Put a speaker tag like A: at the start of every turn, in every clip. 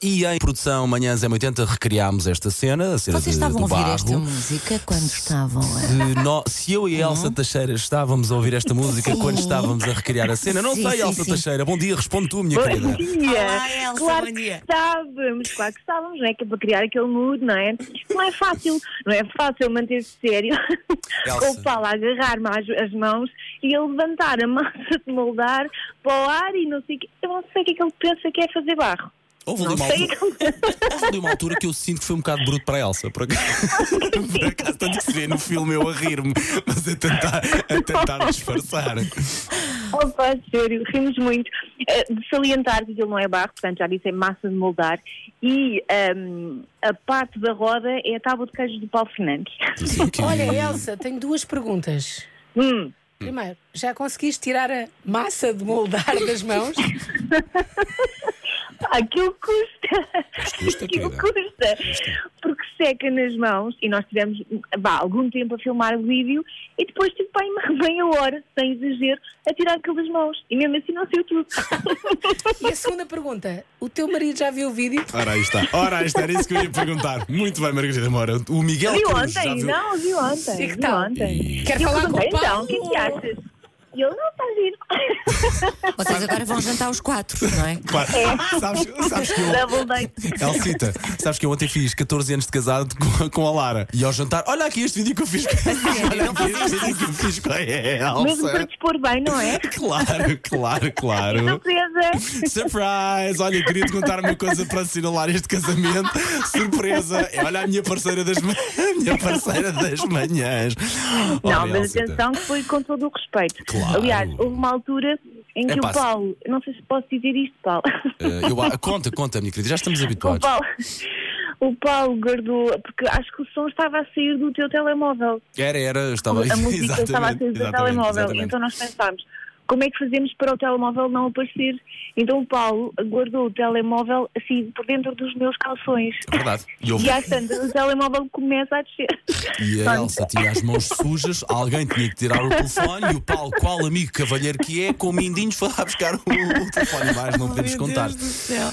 A: e em produção Manhãs M80 recriámos esta cena, a cena
B: Vocês
A: de-
B: estavam a
A: do
B: ouvir
A: barro.
B: esta música quando estavam a.
A: Se, nó- se eu e a Elsa Teixeira estávamos a ouvir esta música
B: Uhum. Sim.
A: quando estávamos a recriar a cena, não
B: Sim,
A: sei,
B: sim,
A: Elsa
B: sim.
A: Teixeira, bom dia, responde tu, minha
C: Bom
A: querida.
C: dia!
B: Olá, Elsa,
C: claro
B: bom
C: que
B: dia.
C: estávamos, claro que estávamos, não é? Que é para criar aquele mood, não é? Não é fácil, não é fácil manter-se sério.
A: Elsa.
C: Com o Paulo a agarrar-me às- as mãos e a levantar a massa de moldar para o ar e não sei o que. Eu não sei o que é que ele pensa que é fazer barro.
A: Houve ali,
C: Não
A: uma
C: sei o
A: altura,
C: que ele pensa.
A: houve ali uma altura que eu sinto que foi um bocado bruto para a Elsa, por acaso, por acaso tanto que se vê no filme eu a rir-me, mas a tentar, a tentar disfarçar.
C: Opa, sério, rimos muito. Eh, de salientar que aquilo não é barro, portanto já disse, é massa de moldar. E ehm, a parte da roda é a tábua de queijo do Paulo Fernandes.
A: Assim que-
D: Olha,
B: é
D: Elsa, tenho duas perguntas.
C: Hum.
D: Primeiro, já conseguiste tirar a massa de moldar das mãos?
C: Aquilo custa.
B: assim
A: custa,
C: Aquilo
A: querida.
C: custa. Porque seca nas mãos e nós tivemos vá, algum tempo a filmar o vídeo e depois tipo, tive bem meia hora, sem exagero, a tirar aquilo das mãos. E mesmo assim não saiu tudo.
D: E a segunda pergunta, o teu marido já viu o vídeo?
A: Ora aí está, ora aí está, era isso que eu ia perguntar. Muito bem, Margarida Moura. O Miguel
C: viu
A: Cruz já
C: ontem?
A: viu.
C: Não, viu ontem.
D: E que
C: viu
D: tal?
C: ontem.
D: Quer
C: Eu
D: falar com
C: perguntei,
D: o
C: então,
D: Paulo?
C: o que é que achas? E ele não tá está vivo.
B: Vocês agora vão jantar os quatro, não é?
A: Claro. Sabes, sabes que eu,
C: Double date.
A: Elcita, sabes que eu ontem fiz 14 anos de casado com, com a Lara e ao jantar, olha aqui este vídeo que eu fiz.
C: Assim,
A: Olha aqui este vídeo que eu fiz com a
C: Mesmo para
A: Elsa.
C: dispor bem, não é?
A: Claro, claro, claro.
C: Surpresa!
A: Surprise! Olha, eu queria te contar uma coisa para assinalar este casamento. Surpresa! É, Olha a minha parceira das, ma- a minha parceira das manhãs.
C: Não,
A: Olha,
C: mas
A: Elcita.
C: atenção que foi com todo o respeito.
A: Claro.
C: Aliás, houve uma altura em que
A: Epá,
C: o
A: se-
C: Paulo, não sei se posso dizer isto, Paulo.
A: Eh, eu a- conta, conta, minha querida, já estamos
C: o
A: habituados.
C: Paulo. O Paulo guardou, porque acho que o som estava a sair do teu telemóvel.
A: Era, era, estava
C: a música estava a sair do teu
A: exatamente,
C: telemóvel.
A: exatamente.
C: Então nós pensámos, como é que fazemos para o telemóvel não aparecer? Então o Paulo guardou o telemóvel assim por dentro dos meus calções.
A: É verdade. E eu
C: E às tantas o telemóvel começa a descer.
A: E a
C: Pronto.
A: Elsa tinha as mãos sujas, alguém tinha que tirar o telefone e o Paulo, qual amigo cavalheiro que é, com mindinhos foi lá buscar o, o telefone. Mais
C: Oh,
A: não podemos contar.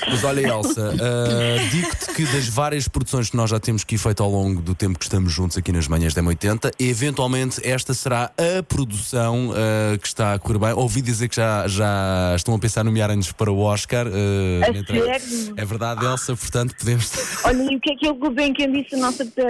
A: Mas olha, Elsa, ah, digo-te que das várias produções que nós já temos aqui feito ao longo do tempo que estamos juntos aqui nas manhãs da M80, eventualmente esta será a produção ah, que está a correr bem. Ouvi dizer que já, já estão a pensar em nomear-nos para o Oscar. ah,
C: A
A: na entrega.
C: sério?
A: é verdade, Elsa, portanto podemos.
C: Olha, e o que é que eu bem quem disse a nossa peça?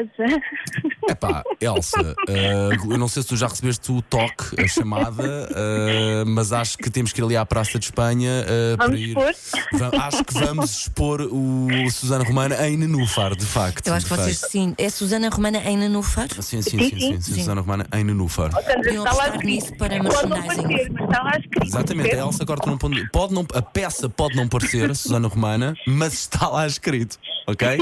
A: Epá, Elsa, eh, eu não sei se tu já recebeste o toque, a chamada, eh, mas acho que temos que ir ali à Praça de Espanha eh, para
C: Vamos
A: ir.
C: expor?
A: Va- acho que vamos expor o Susana Romana em Nenúfar, de facto.
B: Eu acho que
A: de
B: vocês
A: facto.
B: sim. É Susana Romana em Nanufar?
A: Sim, sim, sim,
C: Sim,
A: sim,
C: sim.
A: sim,
B: Sim.
A: Susana Romana em Nenúfar.
C: Portanto,
B: Deviam
C: está lá
B: apostar nisso
C: escrito.
B: para
C: Pode não
B: merchandising.
C: parecer, mas está lá escrito.
A: Exatamente, a
C: percebe?
A: Elsa corta num ponto. Pode não, a peça pode não parecer Susana Romana, mas está lá escrito, ok?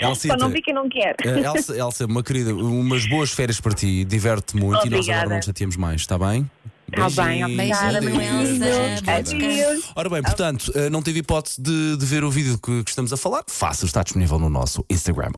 C: Só
A: Elsita,
C: não vi quem não quer.
A: eh, Elsa, Elsa, uma querida, umas boas férias para ti, diverte-te muito e nós agora
C: Obrigada.
A: não te chateamos mais, está bem?
C: Tá bem,
A: Beijinhos,
C: obrigada,
B: Beijinho,
A: adeus,
B: Elsa.
A: beijinhos,
B: Beijinho.
A: beijinhos.
C: Adeus.
A: Ora bem, portanto, eh, não teve hipótese de, de ver o vídeo que, que estamos a falar? Fácil, está disponível no nosso Instagram.